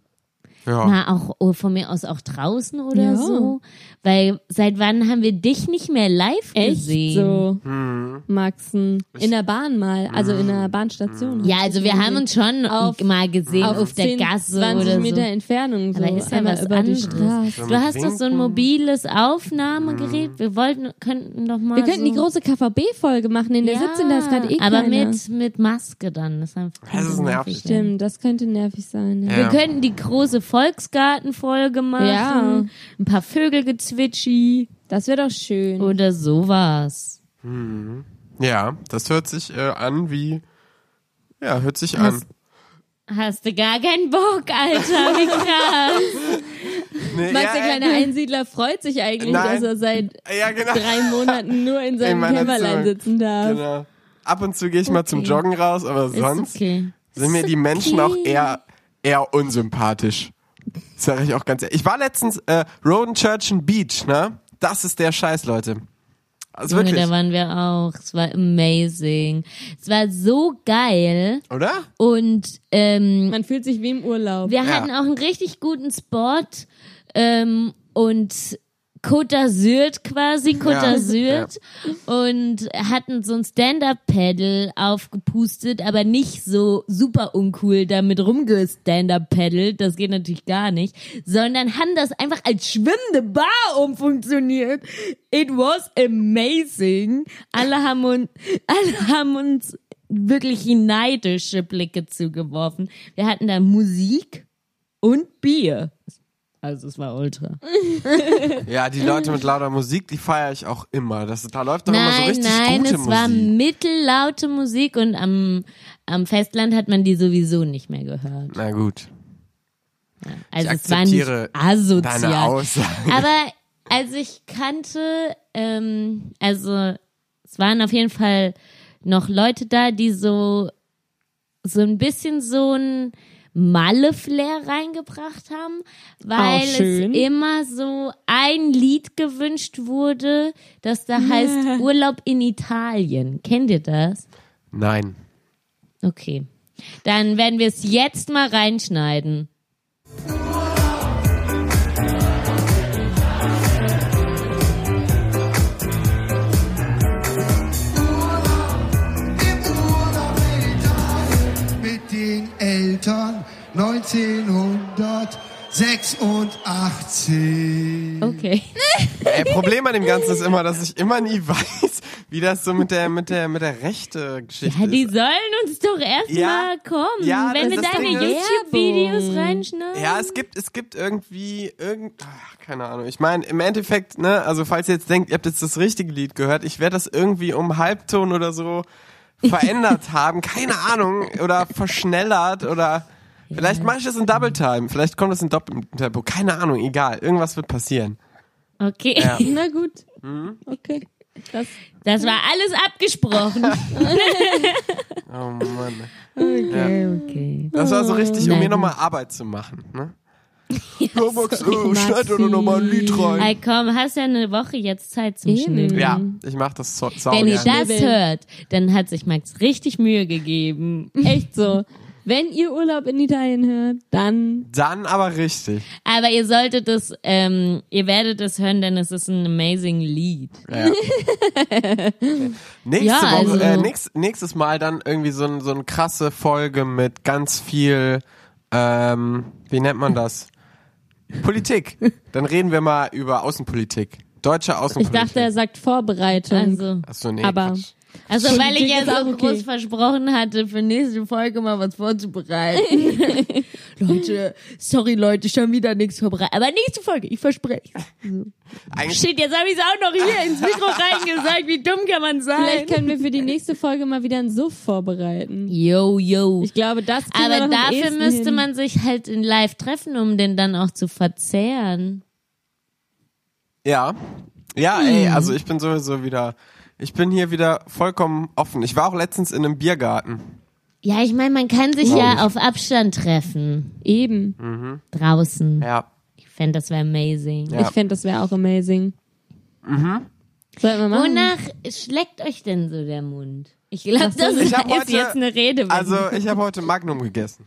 [SPEAKER 3] Ja.
[SPEAKER 4] Na, auch oh, von mir aus auch draußen oder
[SPEAKER 5] Ja.
[SPEAKER 4] so. Weil seit wann haben wir dich nicht mehr live
[SPEAKER 5] Echt
[SPEAKER 4] gesehen?
[SPEAKER 5] so,
[SPEAKER 3] Hm.
[SPEAKER 5] Maxen. In der Bahn mal, also in der Bahnstation.
[SPEAKER 3] Hm.
[SPEAKER 4] Ja, also wir haben uns schon
[SPEAKER 5] Auf-
[SPEAKER 4] mal gesehen auf, der
[SPEAKER 5] 10,
[SPEAKER 4] Gasse
[SPEAKER 5] 20
[SPEAKER 4] oder
[SPEAKER 5] Genau. Meter
[SPEAKER 4] so.
[SPEAKER 5] Entfernung so.
[SPEAKER 4] Aber ist ja
[SPEAKER 5] einmal
[SPEAKER 4] was
[SPEAKER 5] über
[SPEAKER 4] anderes.
[SPEAKER 5] die Straße.
[SPEAKER 3] Sollen
[SPEAKER 4] Du
[SPEAKER 3] wir
[SPEAKER 4] hast doch so ein
[SPEAKER 3] trinken?
[SPEAKER 4] mobiles Aufnahmegerät. Wir wollten, könnten doch mal.
[SPEAKER 5] Wir könnten
[SPEAKER 4] so
[SPEAKER 5] die große KVB-Folge machen, in der
[SPEAKER 4] ja,
[SPEAKER 5] sitzen da ist gerade eh
[SPEAKER 4] Aber
[SPEAKER 5] keiner.
[SPEAKER 4] mit, mit Maske dann. Das, ist einfach-
[SPEAKER 3] Das ist nervig.
[SPEAKER 5] Stimmt, das könnte nervig sein. ne? Ja.
[SPEAKER 4] Wir könnten die große Volksgartenfolge machen.
[SPEAKER 5] Ja.
[SPEAKER 4] Ein paar Vögelgezwitschi
[SPEAKER 5] Das wäre doch schön.
[SPEAKER 4] oder sowas.
[SPEAKER 3] Ja, das hört sich äh, an wie. Ja, hört sich an.
[SPEAKER 4] Hast du gar keinen Bock, Alter. Wie krass.
[SPEAKER 3] Nee,
[SPEAKER 5] Max,
[SPEAKER 3] ja,
[SPEAKER 5] der kleine Einsiedler, freut sich eigentlich,
[SPEAKER 3] Nein.
[SPEAKER 5] dass er seit
[SPEAKER 3] äh, ja, genau.
[SPEAKER 5] drei Monaten nur in seinem
[SPEAKER 3] meiner
[SPEAKER 4] Oh,
[SPEAKER 5] Kämmerlein
[SPEAKER 3] Zone.
[SPEAKER 5] sitzen darf.
[SPEAKER 3] genau. Ab und zu gehe ich mal zum Joggen raus, aber sonst
[SPEAKER 4] Ist okay.
[SPEAKER 3] sind mir die Menschen auch eher, eher unsympathisch. Sag ich auch ganz ehrlich. Ich war letztens äh, Roden Church and Beach, ne? Das ist der Scheiß, Leute. Also
[SPEAKER 4] Junge, da
[SPEAKER 3] wirklich,
[SPEAKER 4] waren wir auch. Es war amazing. Es war so geil.
[SPEAKER 3] oder?
[SPEAKER 4] Und ähm,
[SPEAKER 5] Man fühlt sich wie im Urlaub.
[SPEAKER 4] wir hatten auch einen richtig guten Spot. Ähm, und Côte d'Azur quasi, Côte
[SPEAKER 3] Ja,
[SPEAKER 4] d'Azur. Und hatten so ein Stand-Up-Pedal aufgepustet, aber nicht so super uncool damit rumgestand-up-pedalt. Das geht natürlich gar nicht. Sondern haben das einfach als schwimmende Bar umfunktioniert. It was amazing. Alle haben uns, alle haben uns wirklich neidische Blicke zugeworfen. Wir hatten da Musik und Bier. Also es war ultra.
[SPEAKER 3] Ja,
[SPEAKER 4] Äh.
[SPEAKER 3] die Leute mit lauter Musik, die feiere ich auch immer. Das, da läuft doch immer so richtig
[SPEAKER 4] nein,
[SPEAKER 3] gute
[SPEAKER 4] es war
[SPEAKER 3] Musik.
[SPEAKER 4] mittellaute Musik und am, am Festland hat man die sowieso nicht mehr gehört.
[SPEAKER 3] Na gut.
[SPEAKER 4] Also
[SPEAKER 3] Ich
[SPEAKER 4] es war nicht
[SPEAKER 3] akzeptiere Deine
[SPEAKER 4] asozial.
[SPEAKER 3] Aussage.
[SPEAKER 4] Aber also ich kannte, ähm, also es waren auf jeden Fall noch Leute da, die so so ein bisschen so ein Malle-Flair reingebracht haben, weil
[SPEAKER 5] Auch schön.
[SPEAKER 4] es immer so ein Lied gewünscht wurde, das da heißt Urlaub in Italien. Kennt ihr das?
[SPEAKER 3] Nein.
[SPEAKER 4] Okay. Dann werden wir es jetzt mal reinschneiden.
[SPEAKER 1] mit den Eltern 1986.
[SPEAKER 4] Okay.
[SPEAKER 3] Ey, Problem an dem Ganzen ist immer, dass ich immer nie weiß, wie das so mit der, mit der, mit der rechte Geschichte
[SPEAKER 4] Ja, die
[SPEAKER 3] ist.
[SPEAKER 4] sollen uns doch erstmal
[SPEAKER 3] Ja.
[SPEAKER 4] kommen.
[SPEAKER 3] Ja,
[SPEAKER 4] Wenn
[SPEAKER 3] das
[SPEAKER 4] du
[SPEAKER 3] ist
[SPEAKER 4] deine
[SPEAKER 3] Ding ist-
[SPEAKER 4] YouTube-Videos
[SPEAKER 5] Werbung.
[SPEAKER 4] reinschneidest.
[SPEAKER 3] Ja, es gibt, es gibt irgendwie, irgend, ach, keine Ahnung. Ich meine, im Endeffekt, ne, also falls ihr jetzt denkt, ihr habt jetzt das richtige Lied gehört, ich werde das irgendwie um Halbton oder so verändert haben, keine Ahnung, oder verschnellert oder vielleicht mache ich das in Double Time, vielleicht kommt das in Doppel Tempo, keine Ahnung, egal, irgendwas wird passieren.
[SPEAKER 4] Okay.
[SPEAKER 5] Na gut. Okay. Das,
[SPEAKER 4] Das war alles abgesprochen.
[SPEAKER 3] Oh Mann.
[SPEAKER 4] Okay, okay.
[SPEAKER 3] Das war so richtig, um
[SPEAKER 4] Nein.
[SPEAKER 3] mir nochmal Arbeit zu machen, ne? Ja, Max, äh,
[SPEAKER 5] Maxi.
[SPEAKER 3] schneid doch nochmal ein Lied rein.
[SPEAKER 4] Ey, komm, hast ja eine Woche jetzt Zeit zum
[SPEAKER 5] Eben.
[SPEAKER 4] Schnitt.
[SPEAKER 3] Ja, ich mach das so, sau
[SPEAKER 4] Wenn ihr
[SPEAKER 3] gerne.
[SPEAKER 4] das
[SPEAKER 5] Schnibbeln.
[SPEAKER 4] hört, dann hat sich Max richtig Mühe gegeben.
[SPEAKER 5] echt so. Wenn ihr Urlaub in Italien hört, dann
[SPEAKER 3] Dann aber richtig.
[SPEAKER 4] Aber ihr solltet es, ähm, ihr werdet es hören, denn es ist ein amazing Lied.
[SPEAKER 3] Ja. Nächste
[SPEAKER 4] Ja,
[SPEAKER 3] Woche,
[SPEAKER 4] also-
[SPEAKER 3] äh, nächst, nächstes Mal dann irgendwie so, ein, so eine krasse Folge mit ganz viel, ähm, wie nennt man das? Politik. Dann reden wir mal über Außenpolitik. Deutsche
[SPEAKER 5] Ich
[SPEAKER 3] Außenpolitik.
[SPEAKER 5] dachte, er sagt Vorbereitung.
[SPEAKER 4] Also,
[SPEAKER 3] Achso, nee.
[SPEAKER 5] aber
[SPEAKER 3] Quatsch.
[SPEAKER 4] also weil ich
[SPEAKER 5] Politik
[SPEAKER 4] ja
[SPEAKER 5] ist
[SPEAKER 4] so
[SPEAKER 5] auch okay.
[SPEAKER 4] groß versprochen hatte, für nächste Folge mal was vorzubereiten. Leute, sorry Leute, schon wieder nichts vorbereitet. Aber nächste Folge, ich verspreche.
[SPEAKER 3] Eigentlich
[SPEAKER 4] Shit, jetzt habe ich es auch noch hier ins Mikro reingesagt. Wie dumm kann man sein?
[SPEAKER 5] Vielleicht können wir für die nächste Folge mal wieder einen Suff vorbereiten.
[SPEAKER 4] Yo, yo.
[SPEAKER 5] Ich glaube, das kriegen wir
[SPEAKER 4] Aber
[SPEAKER 5] noch am
[SPEAKER 4] dafür
[SPEAKER 5] ehesten
[SPEAKER 4] müsste
[SPEAKER 5] hin.
[SPEAKER 4] man sich halt in live treffen, um den dann auch zu verzehren.
[SPEAKER 3] Ja. Ja,
[SPEAKER 5] Hm.
[SPEAKER 3] ey, also ich bin sowieso wieder, ich bin hier wieder vollkommen offen. Ich war auch letztens in einem Biergarten.
[SPEAKER 4] Ja, ich meine, man kann sich
[SPEAKER 3] Glaub ich.
[SPEAKER 4] ja auf Abstand treffen.
[SPEAKER 5] Eben.
[SPEAKER 4] Draußen.
[SPEAKER 3] Ja.
[SPEAKER 4] Ich fände, das wäre amazing.
[SPEAKER 3] Ja.
[SPEAKER 5] Ich fände, das wäre auch amazing. Mhm. Sollten wir machen?
[SPEAKER 4] Wonach schlägt euch denn so der Mund? Ich glaube,
[SPEAKER 5] Was
[SPEAKER 4] das
[SPEAKER 5] denn?
[SPEAKER 4] ist
[SPEAKER 3] Ich hab heute-
[SPEAKER 4] jetzt eine Rede.
[SPEAKER 3] Also ich habe heute Magnum gegessen.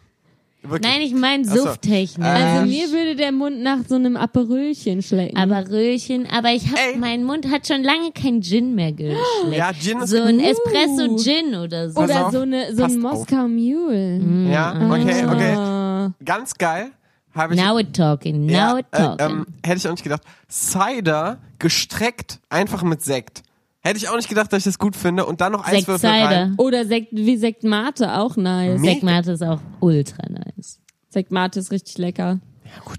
[SPEAKER 3] Wirklich.
[SPEAKER 4] Nein, ich meine
[SPEAKER 3] Ach so. Ähm, hm.
[SPEAKER 4] Sufttechnik.
[SPEAKER 3] Äh,
[SPEAKER 5] Also mir würde der Mund nach so einem Aperölchen schlecken.
[SPEAKER 3] Also
[SPEAKER 4] aber Röhrchen, aber ich hab,
[SPEAKER 3] Ey.
[SPEAKER 4] mein Mund hat schon lange kein Gin mehr geschmeckt.
[SPEAKER 3] Ja, Gin ist
[SPEAKER 4] so ein
[SPEAKER 5] Uh.
[SPEAKER 4] Espresso-Gin oder so.
[SPEAKER 3] Pass
[SPEAKER 5] Oder
[SPEAKER 3] auf,
[SPEAKER 5] so, eine, so
[SPEAKER 3] passt
[SPEAKER 5] ein
[SPEAKER 3] auf. Mhm.
[SPEAKER 5] Moskau Mule.
[SPEAKER 3] Ja, okay, okay.
[SPEAKER 5] Ah.
[SPEAKER 3] Ganz geil. Habe ich.
[SPEAKER 4] Now it talking, now
[SPEAKER 3] ja,
[SPEAKER 4] it
[SPEAKER 3] äh,
[SPEAKER 4] talking.
[SPEAKER 3] ähm, hätte ich auch nicht gedacht. Cider gestreckt einfach mit Sekt. Hätte ich auch nicht gedacht, dass ich das gut finde. Und dann noch
[SPEAKER 4] Sekt
[SPEAKER 3] Eiswürfel
[SPEAKER 4] Cider.
[SPEAKER 3] rein.
[SPEAKER 5] Oder Sekt, wie Sekt Mate, auch nice.
[SPEAKER 3] Mega.
[SPEAKER 4] Sekt Mate ist auch ultra nice.
[SPEAKER 5] Sekt Mate ist richtig lecker.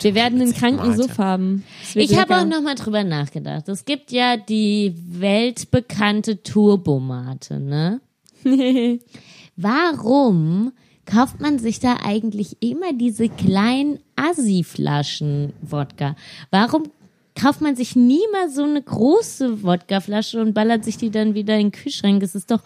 [SPEAKER 5] Wir werden einen kranken Suff haben. Es wird
[SPEAKER 4] Ich habe
[SPEAKER 5] lecker.
[SPEAKER 4] auch nochmal drüber nachgedacht. Es gibt ja die weltbekannte Turbomate, ne? Warum kauft man sich da eigentlich immer diese kleinen Assi-Flaschen Wodka? Warum kauft man sich nie mal so eine große Wodkaflasche und ballert sich die dann wieder in den Kühlschrank? Es ist doch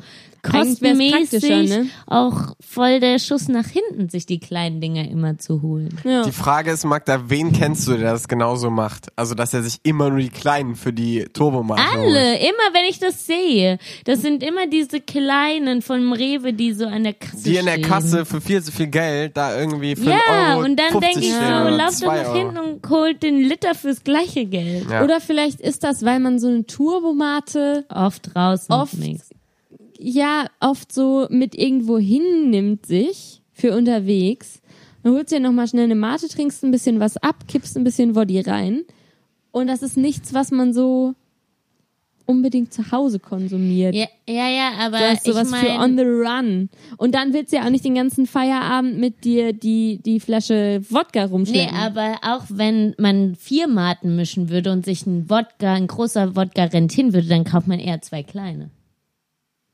[SPEAKER 5] Eigentlich wär's
[SPEAKER 4] kostenmäßig
[SPEAKER 5] praktischer, ne?
[SPEAKER 4] auch voll der Schuss nach hinten, sich die kleinen Dinger immer zu holen.
[SPEAKER 5] Ja.
[SPEAKER 3] Die Frage ist, Magda, wen kennst du, der das genauso macht? Also, dass er sich immer nur die Kleinen für die Turbomarke holt.
[SPEAKER 4] Alle, immer wenn ich das sehe. Das sind immer diese Kleinen von Rewe, die so an der Kasse
[SPEAKER 3] Die in der
[SPEAKER 4] stehen.
[SPEAKER 3] Kasse für viel zu viel Geld da irgendwie für einen
[SPEAKER 4] Ja,
[SPEAKER 3] Euro
[SPEAKER 4] und dann
[SPEAKER 3] 50
[SPEAKER 4] denke ich so,
[SPEAKER 3] stehen oder
[SPEAKER 4] lauf doch
[SPEAKER 3] zwei
[SPEAKER 4] nach
[SPEAKER 3] Euro.
[SPEAKER 4] hinten und holt den Liter fürs gleiche Geld.
[SPEAKER 3] Ja.
[SPEAKER 5] Oder vielleicht ist das, weil man so eine Turbomate
[SPEAKER 4] Oft draußen.
[SPEAKER 5] Oft.
[SPEAKER 4] Nix.
[SPEAKER 5] ja oft so mit irgendwo hinnimmt sich für unterwegs. Dann holst du dir nochmal schnell eine Mate, trinkst ein bisschen was ab, kippst ein bisschen Woddy rein. Und das ist nichts, was man so unbedingt zu Hause konsumiert.
[SPEAKER 4] Ja, ja, ja, aber
[SPEAKER 5] Du hast sowas
[SPEAKER 4] ich
[SPEAKER 5] für on
[SPEAKER 4] meine,
[SPEAKER 5] the run. Und dann willst du ja auch nicht den ganzen Feierabend mit dir die, die Flasche Wodka
[SPEAKER 4] nee,
[SPEAKER 5] rumschleppen.
[SPEAKER 4] aber auch wenn man vier Maten mischen würde und sich ein Wodka, ein großer Wodka rentieren würde, dann kauft man eher zwei kleine.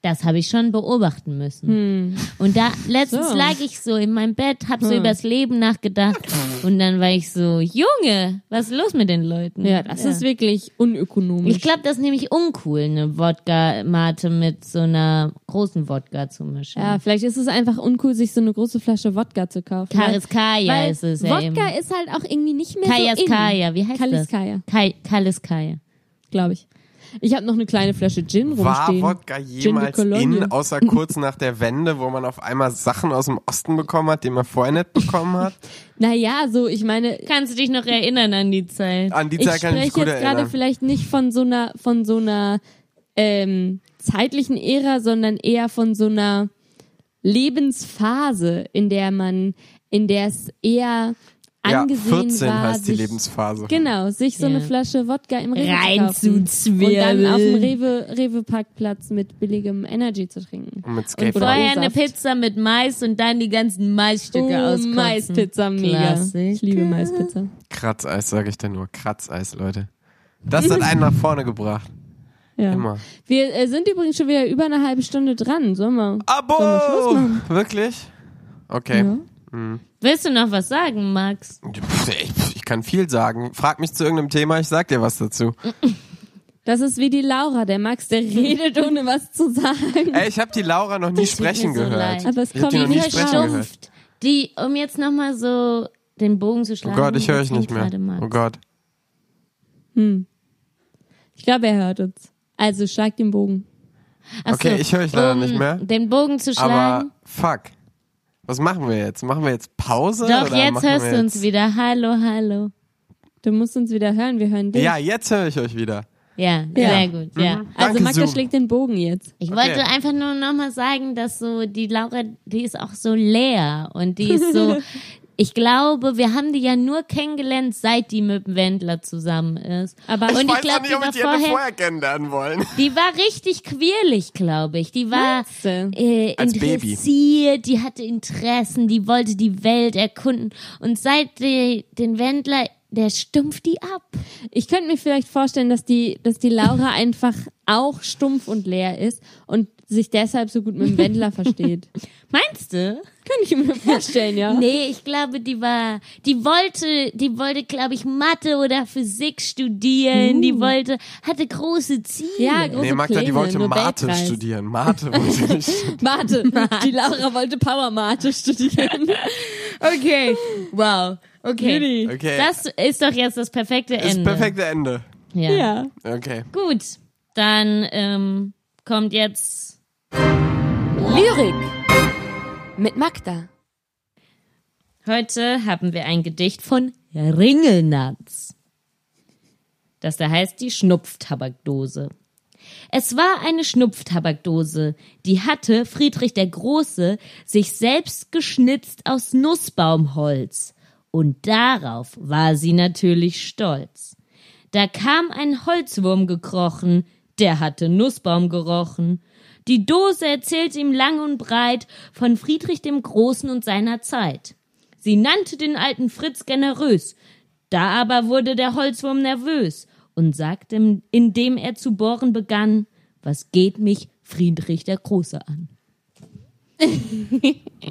[SPEAKER 4] Das habe ich schon beobachten müssen. Und da letztens
[SPEAKER 5] Hm. So. Hm.
[SPEAKER 4] lag ich so in meinem Bett, habe so übers Leben nachgedacht und dann war ich so, Junge, was ist los mit den Leuten?
[SPEAKER 5] ja, das ist wirklich unökonomisch.
[SPEAKER 4] ich glaube, das ist nämlich uncool, eine Wodka-Mate mit so einer großen Wodka zu mischen.
[SPEAKER 5] ja, vielleicht ist es einfach uncool, sich so eine große Flasche Wodka zu kaufen. ne?
[SPEAKER 4] Kariskaya
[SPEAKER 5] Weil
[SPEAKER 4] ist es ja eben.
[SPEAKER 5] Wodka ist halt auch irgendwie nicht mehr so in.
[SPEAKER 4] Kajaskaya, wie heißt
[SPEAKER 5] Kaliskaya,
[SPEAKER 4] das? Kai Kaliskaya.
[SPEAKER 5] glaube ich. Ich habe noch eine kleine Flasche Gin
[SPEAKER 3] War
[SPEAKER 5] rumstehen.
[SPEAKER 3] Wodka
[SPEAKER 5] Gin de
[SPEAKER 3] jemals
[SPEAKER 5] Cologne.
[SPEAKER 3] in, außer kurz nach der Wende, wo man auf einmal Sachen aus dem Osten bekommen hat, die man vorher nicht bekommen hat?
[SPEAKER 5] Naja, so, ich meine,
[SPEAKER 4] Kannst du dich noch erinnern an die Zeit?
[SPEAKER 3] An die
[SPEAKER 5] ich
[SPEAKER 3] Zeit kann ich mich
[SPEAKER 5] spreche
[SPEAKER 3] gut
[SPEAKER 5] jetzt gerade
[SPEAKER 3] erinnern.
[SPEAKER 5] vielleicht nicht von so einer, von so einer ähm, zeitlichen Ära, sondern eher von so einer Lebensphase, in der man, in der es eher
[SPEAKER 3] Ja,
[SPEAKER 5] angesehen
[SPEAKER 3] 14
[SPEAKER 5] war.
[SPEAKER 3] heißt die
[SPEAKER 5] sich-
[SPEAKER 3] Lebensphase.
[SPEAKER 5] Genau, sich so
[SPEAKER 4] Ja.
[SPEAKER 5] eine Flasche Wodka im Rewe
[SPEAKER 4] Rein
[SPEAKER 5] zu kaufen.
[SPEAKER 4] zu
[SPEAKER 5] und dann auf dem
[SPEAKER 4] zwirbeln.
[SPEAKER 5] Rewe, Rewe-Parkplatz mit billigem Energy zu trinken.
[SPEAKER 3] Und mit
[SPEAKER 5] Und
[SPEAKER 3] Skateboard.
[SPEAKER 5] vorher-
[SPEAKER 4] Vorher eine
[SPEAKER 5] Saft.
[SPEAKER 4] Pizza mit Mais und dann die ganzen Maisstücke
[SPEAKER 5] oh,
[SPEAKER 4] auskotzen.
[SPEAKER 5] Maispizza, mega.
[SPEAKER 4] Klassiker.
[SPEAKER 5] Ich liebe Maispizza.
[SPEAKER 3] Kratzeis, sage ich denn nur. Kratzeis, Leute. Das hat einen nach vorne gebracht.
[SPEAKER 5] Ja.
[SPEAKER 3] Immer.
[SPEAKER 5] Wir äh, sind übrigens schon wieder über eine halbe Stunde dran. Sollen wir? Sollen wir Schluss
[SPEAKER 3] Abo!
[SPEAKER 5] machen?
[SPEAKER 3] Wirklich? Okay.
[SPEAKER 5] Ja.
[SPEAKER 4] Willst du noch was sagen, Max?
[SPEAKER 3] Ich, ich kann viel sagen. Frag mich zu irgendeinem Thema, ich sag dir was dazu.
[SPEAKER 5] Das ist wie die Laura, der Max, der redet ohne was zu sagen.
[SPEAKER 3] Ey, ich habe die Laura noch nie sprechen
[SPEAKER 4] so
[SPEAKER 3] gehört.
[SPEAKER 4] leid.
[SPEAKER 5] Aber es
[SPEAKER 3] Ich hab
[SPEAKER 5] kommt
[SPEAKER 3] die noch nie
[SPEAKER 5] nicht
[SPEAKER 4] Die
[SPEAKER 3] sprechen gehört.
[SPEAKER 4] verstumpft. Die, um jetzt nochmal so den Bogen zu
[SPEAKER 3] Oh
[SPEAKER 4] schlagen.
[SPEAKER 3] Gott, ich höre euch
[SPEAKER 4] was
[SPEAKER 3] nicht mehr.
[SPEAKER 4] gerade Max.
[SPEAKER 3] Oh Gott.
[SPEAKER 5] Ich glaube, er hört uns. Also schlag den Bogen.
[SPEAKER 4] Ach so, Um
[SPEAKER 3] Okay, ich höre euch leider nicht mehr.
[SPEAKER 4] Den Bogen zu
[SPEAKER 3] Aber
[SPEAKER 4] schlagen.
[SPEAKER 3] fuck. Was machen wir jetzt? Machen wir jetzt Pause?
[SPEAKER 4] Doch,
[SPEAKER 3] oder
[SPEAKER 4] jetzt
[SPEAKER 3] machen
[SPEAKER 4] hörst
[SPEAKER 3] wir
[SPEAKER 4] du
[SPEAKER 3] jetzt?
[SPEAKER 4] uns wieder. Hallo, hallo.
[SPEAKER 5] Du musst uns wieder hören, wir hören dich.
[SPEAKER 3] Ja, jetzt höre ich euch wieder.
[SPEAKER 4] Ja, sehr gut, ja.
[SPEAKER 5] also
[SPEAKER 3] Danke,
[SPEAKER 5] Max
[SPEAKER 3] Zoom.
[SPEAKER 5] schlägt den Bogen jetzt.
[SPEAKER 4] Ich
[SPEAKER 3] Okay.
[SPEAKER 4] wollte einfach nur nochmal sagen, dass so die Laura, die ist auch so leer und die ist so Ich glaube, wir haben die ja nur kennengelernt, seit die mit dem Wendler zusammen ist.
[SPEAKER 5] Aber-
[SPEAKER 4] und
[SPEAKER 5] Ich
[SPEAKER 3] Ich
[SPEAKER 4] ich
[SPEAKER 3] weiß noch
[SPEAKER 4] glaube,
[SPEAKER 3] nicht, ob ich die hätte
[SPEAKER 4] war vorher,
[SPEAKER 3] vorher kennenlernen wollen.
[SPEAKER 4] die war richtig quirlig, glaube ich. Die war
[SPEAKER 5] Meinst du?
[SPEAKER 4] äh,
[SPEAKER 3] Als
[SPEAKER 4] interessiert, die hatte Interessen, die wollte die Welt erkunden. Und seit die, den Wendler, der stumpft die ab.
[SPEAKER 5] Ich könnte mir vielleicht vorstellen, dass die, dass die Laura einfach auch stumpf und leer ist und sich deshalb so gut mit dem Wendler versteht.
[SPEAKER 4] Meinst du?
[SPEAKER 5] Könnte ich mir vorstellen, ja.
[SPEAKER 4] Nee, ich glaube, die war, die wollte, die wollte, glaube ich, Mathe oder Physik studieren. Die wollte, hatte große Ziele.
[SPEAKER 5] Uh. Ja, große
[SPEAKER 3] Nee, Magda, die
[SPEAKER 5] Pläne,
[SPEAKER 3] wollte Mate
[SPEAKER 5] Nobelpreis.
[SPEAKER 3] studieren. Mate wollte ich.
[SPEAKER 5] Mate. Die Laura wollte Power Mate studieren.
[SPEAKER 4] okay. Wow. Okay.
[SPEAKER 5] Really?
[SPEAKER 3] Okay.
[SPEAKER 4] Das ist doch jetzt das perfekte
[SPEAKER 3] ist
[SPEAKER 4] Ende.
[SPEAKER 3] perfekte Ende.
[SPEAKER 4] Ja.
[SPEAKER 5] Ja.
[SPEAKER 3] Okay.
[SPEAKER 4] Gut. Dann ähm, kommt jetzt.
[SPEAKER 5] Lyrik. Mit Magda.
[SPEAKER 4] Heute haben wir ein Gedicht von Ringelnatz. Das da heißt die Schnupftabakdose. Es war eine Schnupftabakdose, die hatte Friedrich der Große sich selbst geschnitzt aus Nussbaumholz. Und darauf war sie natürlich stolz. Da kam ein Holzwurm gekrochen, der hatte Nussbaum gerochen. Die Dose erzählt ihm lang und breit von Friedrich dem Großen und seiner Zeit. Sie nannte den alten Fritz generös, da aber wurde der Holzwurm nervös und sagte, indem er zu bohren begann, was geht mich Friedrich der Große an?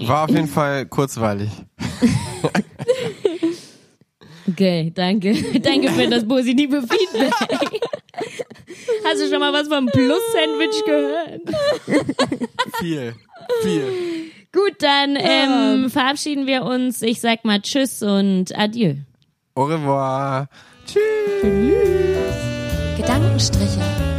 [SPEAKER 3] War auf jeden Fall kurzweilig.
[SPEAKER 4] Okay, danke. Danke für das positive Feedback. Hast du schon mal was vom Plus-Sandwich gehört?
[SPEAKER 3] Viel. Viel.
[SPEAKER 4] Gut, dann ähm, verabschieden wir uns. Ich sag mal Tschüss und Adieu.
[SPEAKER 3] Au revoir. Tschüss.
[SPEAKER 6] Gedankenstriche